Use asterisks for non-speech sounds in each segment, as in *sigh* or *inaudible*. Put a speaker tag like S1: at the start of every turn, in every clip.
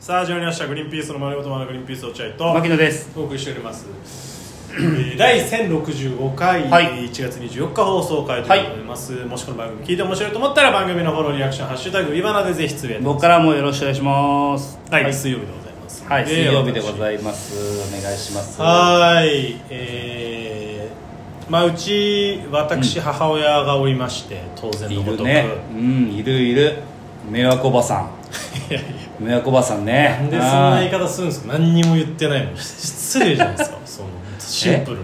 S1: さあ始まりました「グリーンピースの丸ごと丸グリーンピース落合」と
S2: 牧野です
S1: お送りしておりますえー第1065回、
S2: はい
S1: 1月24日放送回ということでございます、もしこの番組聞いて面白いと思ったら番組のフォローリアクション「ハッシュタグ売り花」でぜひつぶやいて
S2: 僕からもよろしくお願いします
S1: はい、
S2: はい、
S1: 水曜日でございます
S2: はい水曜日でご
S1: い
S2: ざいますお願いします
S1: はーいえーまあ、うち私、母親がおりまして当然の
S2: い
S1: ごと
S2: る
S1: く
S2: ねうんいるいる迷惑おばさん
S1: いやいや
S2: 迷惑おばさんね
S1: なんでそんな言い方するんですか何にも言ってないのに失礼じゃない
S2: *laughs*
S1: ですかそのシンプルに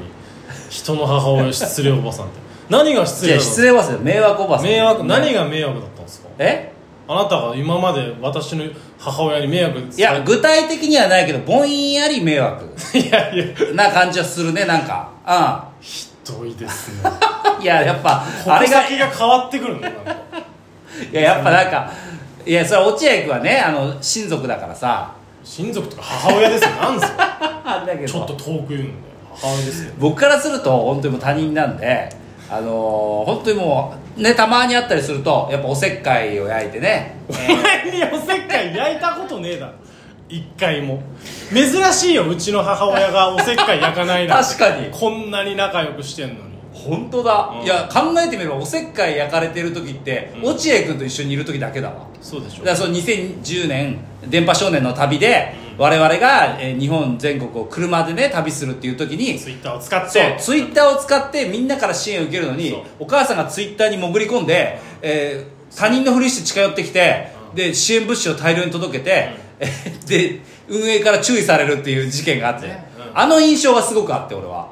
S1: 人の母親失礼おばさんって何が失
S2: い
S1: 礼
S2: や
S1: なの
S2: 失礼おばさん迷惑おばさん
S1: 迷惑何が迷惑だったんですか
S2: え
S1: あなたが今まで私の母親に迷惑
S2: いや具体的にはないけどぼんやり迷惑
S1: いやいやひ
S2: な感じはするねなんかあ
S1: どいですね
S2: あいややっぱ *laughs* あ
S1: あ
S2: れ
S1: れ
S2: が
S1: 先が変わってくるんだなんか
S2: いややっぱなんかいやそれは落合君はねあの親族だからさ
S1: 親族とか母親ですよなん
S2: *laughs*
S1: ですよ
S2: あれだけど
S1: ちょっと遠く言うんだよ母親ですよ
S2: 僕からすると本当にもう他人なんであのー、本当にもうねたまに会ったりするとやっぱおせっかいを焼いてね、
S1: お前におせっかい焼いたことねえだろ一回も珍しいようちの母親がおせっかい焼かないなんて
S2: 確かに
S1: こんなに仲良くしてんのに
S2: 本当だ、
S1: うん
S2: いや考えてみればおせっかい焼かれてる時って、
S1: うん
S2: 落合君と一緒にいる時だけだわ
S1: そうでし
S2: だ
S1: ょ
S2: からその2010年電波少年の旅で、我々が、えー日本全国を車でね旅するっていう時に
S1: ツイッターを使っ
S2: そう
S1: て
S2: ツイッターを使ってみんなから支援を受けるの
S1: そう
S2: にお母さんがツイッターに潜り込んで、えー他人のふりして近寄ってきて
S1: うん
S2: で支援物資を大量に届けて、で運営から注意されるっていう事件があって、
S1: ねうん
S2: あの印象がすごくあって俺は、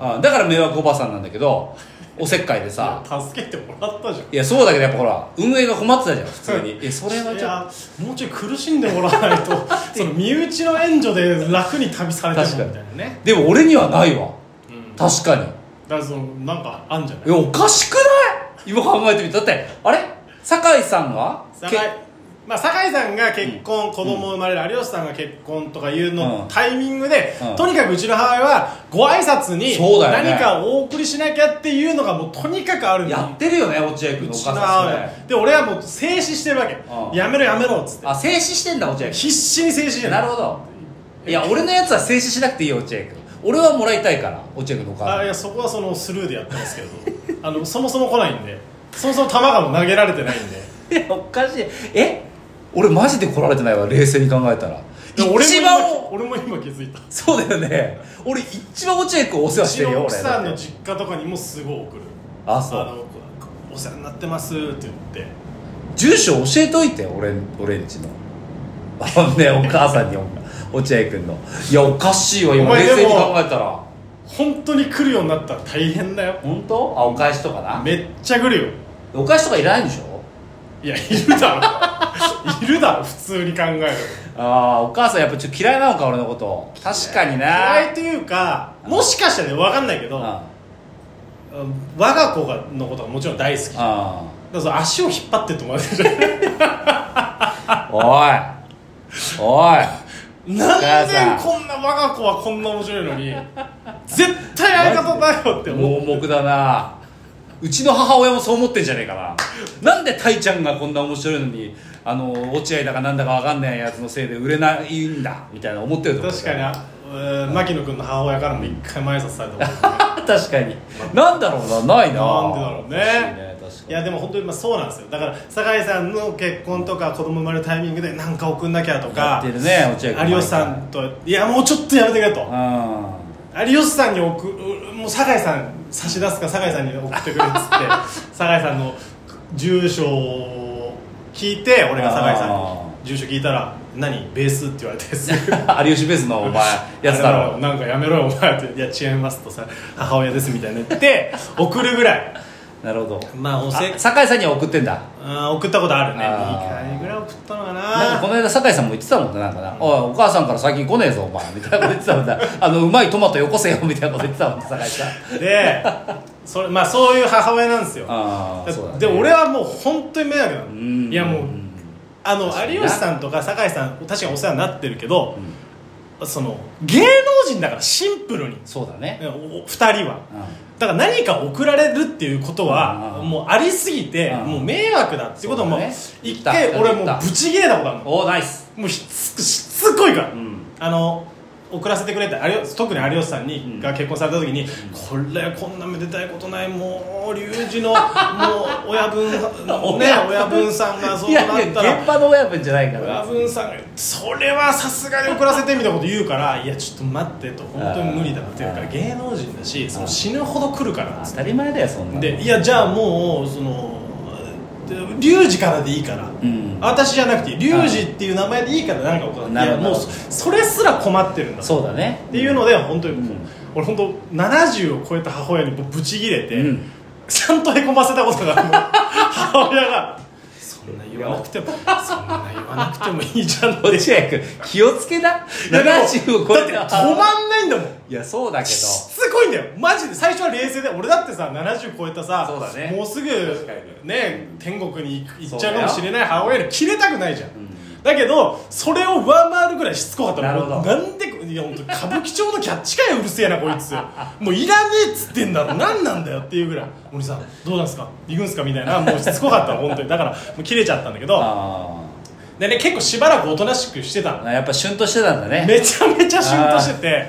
S1: あ
S2: うんだから迷惑おばさんなんだけどおせっかいでさ
S1: ー助けてもらったじゃん
S2: いやそうだけどやっぱほら運営が困ってたじゃん普通にいやそれはちょっ
S1: いやもうちょい苦しんでもらわない
S2: *laughs*
S1: とその身内の援助で楽に旅されてもみたいなね
S2: とでも俺にはないわ
S1: うんだか
S2: 確かに
S1: らそのなんかあんじゃない
S2: えおかしくない今考えてみてだってあれ酒井さんが
S1: 酒井まあ、酒井さんが結婚、子供生まれる有吉さんが結婚とかいうの、
S2: うん
S1: タイミングで、
S2: うん
S1: とにかくうちの母親はご挨拶に
S2: そうだよね
S1: 何かをお送りしなきゃっていうのがもうとにかくあるんだ
S2: やってるよね落合君
S1: う
S2: のお
S1: ち
S2: 母
S1: の
S2: さ
S1: 母
S2: んそ
S1: 親で俺はもう静止してるわけ、
S2: うん
S1: やめろやめろっつって
S2: れあ静止してんだ落合
S1: 必死に静止して
S2: 君
S1: る
S2: なるほどいや俺のやつは静止しなくていいよ落合君俺はもらいたいから落合君のお母
S1: あ
S2: さ
S1: い
S2: ん
S1: やそこはそのスルーでやってますけど *laughs* あのそもそも来ないんでそもそも球がもう投げられてないんで
S2: いやおかしいえ俺マジで来られてないわ冷静に考えたら
S1: で俺も
S2: 一
S1: 今
S2: 番
S1: 俺も今気づいた
S2: そうだよね俺一番落合君お世
S1: う
S2: 話し
S1: ち
S2: てる
S1: の
S2: よ
S1: 奥
S2: 俺
S1: さんの実家とかにもすごい送る
S2: あそう
S1: あのお世話になってますって言って
S2: 住所教えといて俺俺んちのあのねお母さんにお落合君のいやおかしいわ
S1: お
S2: 今
S1: 前
S2: 冷
S1: でも
S2: 静に考えたら
S1: 本当に来るようになったら大変だよ
S2: 本当あお返しとかな
S1: めっちゃ来るよ
S2: お返しとかいらないんでしょ
S1: いやいるだろ *laughs* いるだろ普通に考える
S2: ああーお母さんやっぱちょっと嫌いなのか俺のこと確かにな
S1: 嫌いというかもしかしたらね分かんないけど
S2: あ
S1: 我が子がのことがもちろん大好きだか
S2: あ
S1: らその足を引っ張ってってもらってるじゃん
S2: おいおい
S1: な
S2: *laughs* 母
S1: ん
S2: さん
S1: でこんな我が子はこんな面白いのに絶対相方だよって思う
S2: 盲目だなうちの母親もそう思ってんじゃねえかななんでたいちゃんがこんな面白いのにあの落合だかなんだかわかんないやつのせいで売れないんだみたいな思ってると思う
S1: 確かにあえー牧野君の母親からも一回も挨拶されたことない
S2: 確かになんだろうなないな
S1: なんでだろうね
S2: 不思議ね確かに
S1: いやでも本当にまあそうなんですよだから酒井さんの結婚とか子供生まれるタイミングで何か送んなきゃと
S2: や
S1: か
S2: ってるね落合君
S1: 有吉さんといやもうちょっとやめてくれと
S2: うん *laughs*
S1: 有吉さんに送るもう酒井さん差し出すか酒井さんに送ってくれっつ
S2: *laughs*
S1: って酒井さんの住所を聞いて俺が酒井さん
S2: あ
S1: に住所聞いたら「何ベース?」って言われて
S2: 有吉ベースのお前やつだろ
S1: なんかやめろよお前って「いや違います」とさ母親ですみたいな言って送るぐらい
S2: なるほど
S1: まあおせ
S2: あ酒井さんには送ってんだ
S1: あー送ったことあるね
S2: あ
S1: 2
S2: ー
S1: 回ぐらい送ったのか
S2: なんかこ
S1: な
S2: の間酒井さんも言ってたもんねなんかな、おいお母さんから最近来ねえぞお前みたいなこと言ってたもんね *laughs* あのうまいトマトよこせよみたいなこと言ってたもんね酒井さん
S1: でそれまあそういう母親なんですよ
S2: ああそうだ、ね、
S1: で俺はもう本当に迷惑なの
S2: うん
S1: いやもうあの
S2: 確かに
S1: 有
S2: な
S1: 吉さんとか酒井さん確かにお世話になってるけど、その芸能人だからシンプルに
S2: そうだね
S1: 2人は
S2: うん
S1: だから何か送られるっていうことは
S2: うん
S1: もうありすぎて
S2: うん
S1: もう迷惑だっていうことも
S2: そうだね
S1: 一回俺もうブチ切れたことあるの
S2: おおナイス
S1: もうしつこしつこいから、
S2: うん
S1: あの送らせてくれって有吉特に有吉さんに、
S2: うん
S1: が結婚された時に、これこんなめでたいことないもう龍二の *laughs* もう親
S2: *laughs*
S1: 分ね親分さんがそう
S2: い
S1: なっ
S2: や
S1: た
S2: いや
S1: ら
S2: 現場の親分じゃないから
S1: 親分さんがそれはさすがに送らせてみたいなこと言うからいやちょっと待ってと本当に無理だなっていうから
S2: あー
S1: 芸能人だしその
S2: あー
S1: 死ぬほど来るからなんです
S2: 当
S1: よ
S2: たり前だよそんなの
S1: でいやじゃあもうそのでリュウジからでいいから、
S2: ん
S1: 私じゃなくていいリュウジっていう名前でいいからなんかこうい
S2: なる
S1: や
S2: ほど
S1: もうそそれすら困ってるんだ
S2: そうだね
S1: っていうので本当にもう、
S2: うん
S1: 俺本当70を超えた母親にもうブチギレて、
S2: うん
S1: ちゃんとへこませたことが
S2: *laughs*
S1: あるの母親がそんな言わなくてもそんな言わなくてもいいじゃん
S2: *laughs*
S1: って
S2: 落合君気をつけな
S1: やでも
S2: 70を超えて
S1: だって止まんないんだもん
S2: いやそうだけ
S1: し
S2: ど
S1: つこいんだよマジで最初は冷静で俺だってさ70超えたさ
S2: そうだね
S1: もうすぐ
S2: かに
S1: ね天国に行っちゃう
S2: そうだ
S1: か
S2: よ
S1: もしれない母親に切れたくないじゃん、だけどそれを上回るぐらいしつこかった
S2: なるほど
S1: もうなんでいや本当歌舞伎町のキャッチかようるせえなこい
S2: *laughs*
S1: つもういらねえっつってんだろ何なんだよっていうぐらい森さんどうなんすか行くんすかみたいなもうしつこかったの本当にだからもう切れちゃったんだけど
S2: あ
S1: でね結構しばらくおとなしくしてたの
S2: あやっぱ旬としてたんだ
S1: *laughs*
S2: ね
S1: めちゃめちゃシュンとしてて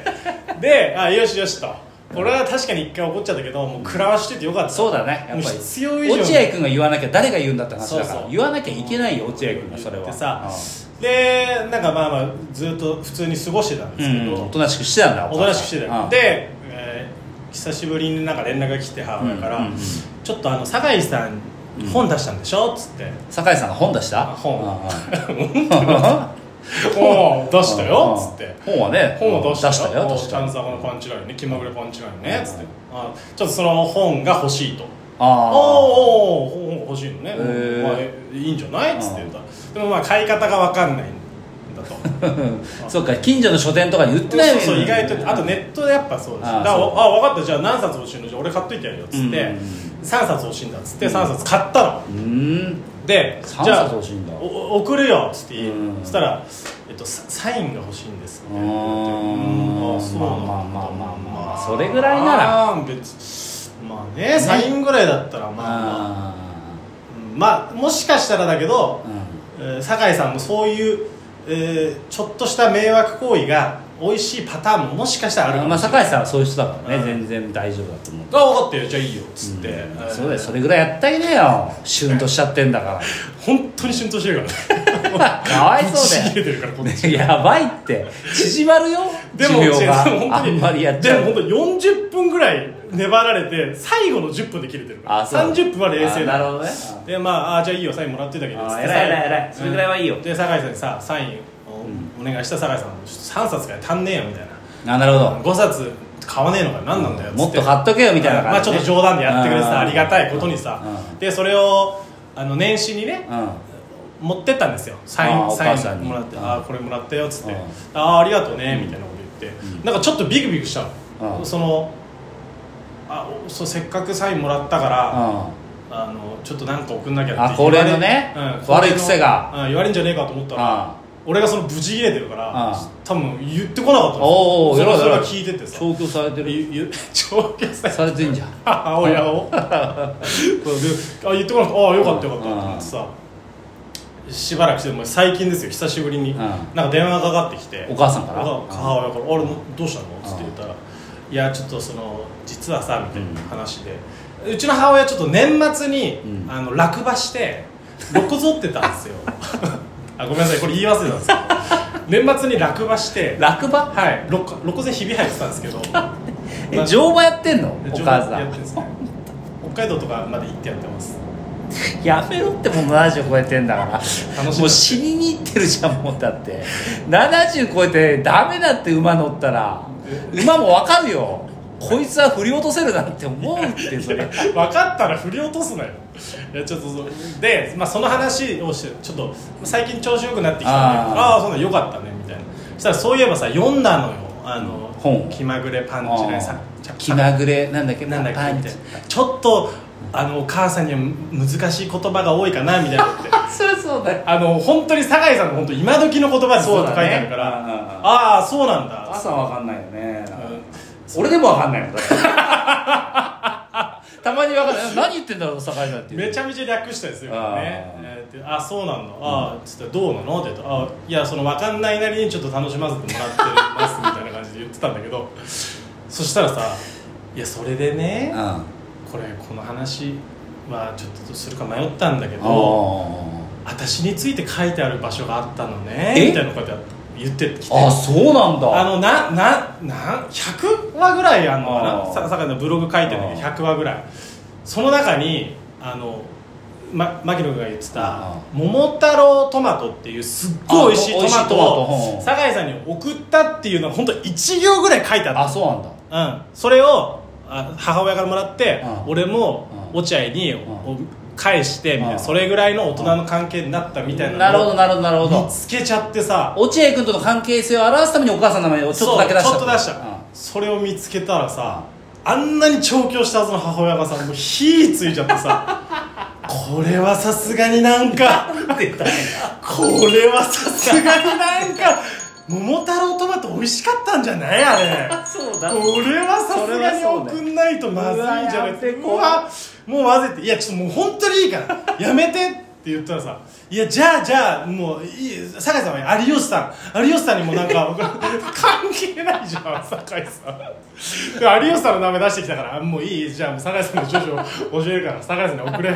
S1: であよしよしとこれは確かに一回怒っちゃったけどもう食らわしててよかった
S2: そうだねやっぱ
S1: もう
S2: り
S1: 必要以上に
S2: 落合君が言わなきゃ誰が言うんだって話だから
S1: そうそう
S2: 言わなきゃいけないよ落合君がそれ
S1: 言
S2: は
S1: ってさでなんかまあまあずっと普通に過ごしてたん
S2: う
S1: ですけ
S2: ん
S1: ど、
S2: うんおとなしくしてたんだ
S1: おとなしくしてた
S2: お母さんう
S1: よ
S2: ん
S1: で、えー久しぶりになんか連絡が来て母親から、
S2: うんうんうん
S1: ちょっとあの酒井さん本出したんでしょっつって
S2: 酒井さんが本出した
S1: あ本
S2: うんうん
S1: 「おお出したよ」っつって
S2: 本はね
S1: 本を出した
S2: 出したよ
S1: お
S2: 出
S1: ー
S2: し
S1: ち
S2: た
S1: ゃ
S2: よ
S1: んさこのパンチラインね気まぐれパンチライン
S2: う
S1: ね
S2: ん
S1: つってあちょっとその本が欲しいと
S2: あー
S1: おーおーおー欲しいのね、
S2: へー
S1: まあえいいんじゃないっつって言ったらでもまあ買い方が分かんないんだと
S2: *laughs* そうか近所の書店とかに売っ
S1: そ
S2: て
S1: う
S2: ない
S1: そう意外
S2: うん
S1: とあとネットでやっぱそうだし
S2: あー
S1: だから
S2: そう
S1: おあ分かったじゃあ何冊欲しいのじゃあ俺買っといてやるよっつって、
S2: うん
S1: 3冊欲しいんだっつって3冊買ったの
S2: うーん
S1: で
S2: 3
S1: じゃ
S2: 冊
S1: あ
S2: 欲しいんだ
S1: お送るよっつって言え
S2: うん
S1: そしたら、えっと、ササインが欲しいんです
S2: うー
S1: みたいなうん
S2: ん
S1: あそう
S2: ま
S1: な
S2: あ
S1: んだ
S2: まあまあまあまあまあそれぐらいなら
S1: あー別まあねサインぐらいだったらまあまあ
S2: あ
S1: うんまあもしかしたらだけど
S2: ー、うん
S1: えー酒井さんもそういう、えーちょっとした迷惑行為が美味しいパターンももしかしたらあるか
S2: ま
S1: も
S2: あ
S1: しれない、
S2: 酒井さんはそういう人だから
S1: う
S2: ね
S1: ん
S2: 全然大丈夫だと思う
S1: あ分かったよじゃあいいよっつって、え
S2: うん
S1: ー
S2: そうだよそれぐらいやったいねよシュンとしちゃってんだか
S1: 本当に浸透してるからね *laughs*
S2: らかわいそう
S1: ぶち切
S2: だ
S1: れてるからこ
S2: よ、
S1: っち
S2: ね、やばいって縮まるよ
S1: でも
S2: 寿命が
S1: 違う *laughs* 本
S2: あ
S1: 当に
S2: んまりやっちゃ
S1: でも本
S2: う
S1: 当40分ぐらい粘られて最後の10分で切れてるから
S2: そう
S1: 30分は冷静だ
S2: あなるほどね
S1: でまああーじゃあいいよサインもらってたけど
S2: あー
S1: つって
S2: 偉い偉い
S1: サイン
S2: 偉いそれぐらいはいいよ
S1: うんで酒井さんにさサインをお願いした酒井さんも3冊から足んねえよみたい
S2: あなるほ
S1: な5冊買わねえのか何なんだよ
S2: ど
S1: つ
S2: もっと買っとけよみたいな
S1: まあ
S2: 感
S1: ち
S2: じ
S1: ょっ
S2: ね
S1: と冗談でやってくれて
S2: うん
S1: さありがたいことにさ
S2: う
S1: でそれをあの年始にね
S2: うんうん
S1: 持ってったんですよサイ
S2: あー
S1: ン
S2: お
S1: サ
S2: 母
S1: イ
S2: さん
S1: ン
S2: に
S1: もらって
S2: うん
S1: ああこれもらったよっつって
S2: うん
S1: ああーありがとうねみたいなこと言ってなんかちょっとビクビクした
S2: う
S1: の
S2: ん
S1: そのあおそうせっかくサインもらったから
S2: うん
S1: あのちょっとなんか送んなきゃって
S2: あ恒例のね
S1: 言われうん
S2: 悪い癖が
S1: 恒例のうん言われんじゃねえかと思った
S2: あ
S1: ら俺がその無事切れてるか
S2: あ
S1: ら
S2: あ
S1: 多分言ってこなかったんですよ
S2: おーおー
S1: それ
S2: 偉い
S1: それ
S2: 偉
S1: はい聞いててさ
S2: 調教されてる
S1: ゆゆ上下さ
S2: されてん
S1: *laughs*
S2: じゃん
S1: 母親をそうであ言ってこなかったああよかったよかったと
S2: うん
S1: 思ってさしばらくしてもう最近ですよ久しぶりに
S2: ん
S1: なんか電話がかかってきて
S2: お母さんから
S1: お母母親から「あれどうしたの?」っつって言ったら「いやちょっとその実はさ」みたいな話で、うちの母親ちょっと年末に、
S2: うん
S1: あの落馬してろこぞってたんですよあごめんなさいこれ言い忘れたんですけど年末に落馬して
S2: 落馬
S1: はいろころこぜひび入ってたんですけど
S2: え乗馬やってんの
S1: で
S2: お母さ
S1: やってんですね北海道とかまで行ってやってます *laughs*
S2: んやめろってもう70超えてんだから
S1: 楽しい
S2: もう死にに行ってるじゃんもうだって70超えてダメだって馬乗ったら馬もわかるよこいつは振り落とせるなんて思うってそれ
S1: 分かったら振り落とすなよいやちょっとそうで、まあ、その話をしてちょっと最近調子よくなってきたんで
S2: あー
S1: ああーそんなよかったねみたいなそしたらそういえばさ読んだのよあの
S2: 本
S1: 気まぐれパンチラインさんじゃ
S2: 気まぐれなんだっけ
S1: なんだっ
S2: パ
S1: け
S2: ン
S1: み
S2: チ
S1: たいなちょっとあのお母さんには難しい言葉が多いかなみたいなのって
S2: *laughs* そりゃそうだよ
S1: あの本当に酒井さんの本当今時の言葉でずっと書いてあるから、
S2: そうだねうんうんうん
S1: ああそうなんだ
S2: 朝わかんないよね
S1: うん
S2: 俺でもわかんないのだって *laughs* たまにわかんない何言ってんだろう酒井さんっていう
S1: めちゃめちゃ略したですよね
S2: あー
S1: えーってあそうなんだあーつってどうなのって言ったらあいやその分かんないなりにちょっと楽しませてもらってますみたいな感じで言ってたんだけどそしたらさいやそれでね
S2: うん
S1: これこの話はちょっとするか迷ったんだけど
S2: あ
S1: 私について書いてある場所があったの
S2: え
S1: ねみたいなこと言ってきて
S2: ああそうなんだ
S1: あのななな100話ぐらいあんのか
S2: あー
S1: なさ坂井のブログ書いてるんだけど
S2: あ
S1: 100話ぐらいその中にあの、ま、牧野君が言ってた
S2: あ
S1: 「桃太郎トマト」っていうすっごい美味しい
S2: あ
S1: トマト
S2: 美味しいトマトう
S1: を
S2: ん
S1: 酒井さんに送ったっていうのは本当1行ぐらい書いてあった
S2: あそうなんだ
S1: うん、それをあ母親からもらって、
S2: うん
S1: 俺も
S2: うん
S1: 落合に、
S2: ん
S1: お返してみたいな、
S2: うん
S1: それぐらいの大人の関係になったみたいな
S2: なるほ
S1: の
S2: どなるほどなるほ
S1: を見
S2: ど
S1: つけちゃってさ
S2: 落合君との関係性を表すためにお母さんの名前をちょっとだけ出した
S1: そうちょっと出した、
S2: うん
S1: それを見つけたらさあんなに調教したはずの母親がさもう火ついちゃって
S2: *laughs*
S1: さこれはさすがになんかこれはさすがになんか桃太郎トマト美味しかったんじゃないあれ
S2: そうだ
S1: これはさすがに送んないとまずいんじゃない
S2: それはそうだよ
S1: うわもう混ぜて「いやちょっともう本当にいいから *laughs* やめて」って言ったらさ「いやじゃあじゃあもういい酒井さんは有吉さん有吉さんにもなんか *laughs* 関係ないじゃん酒井さんで有吉さんの名前出してきたから「もういいじゃあもう酒井さんの住所教えるから酒井さんに送れ」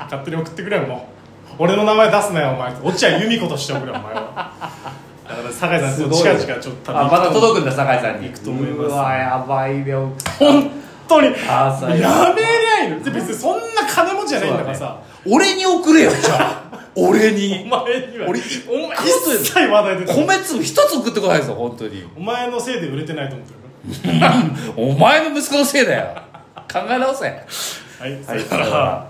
S1: 勝手に送ってくれよもう俺の名前出すなよお前落合由美子として送れお前はだから酒井さん
S2: す
S1: と
S2: ごい
S1: 近々ちょっと多分
S2: あまだ届くんだ酒井さんに
S1: 行くと思います
S2: うわやばいよ
S1: 本当に
S2: あー最悪
S1: やめりゃいいの別にそんな金持ちじゃないんだからさ、
S2: 俺に送れよじゃあ俺
S1: お
S2: に
S1: 前にはお
S2: 俺
S1: 前一切話題出てない
S2: 米粒一つ送ってこないぞ本当に
S1: お前のせいで売れてないと思ってる
S2: お前の息子のせいだよ考え直せ
S1: からはい、
S2: はい
S1: それから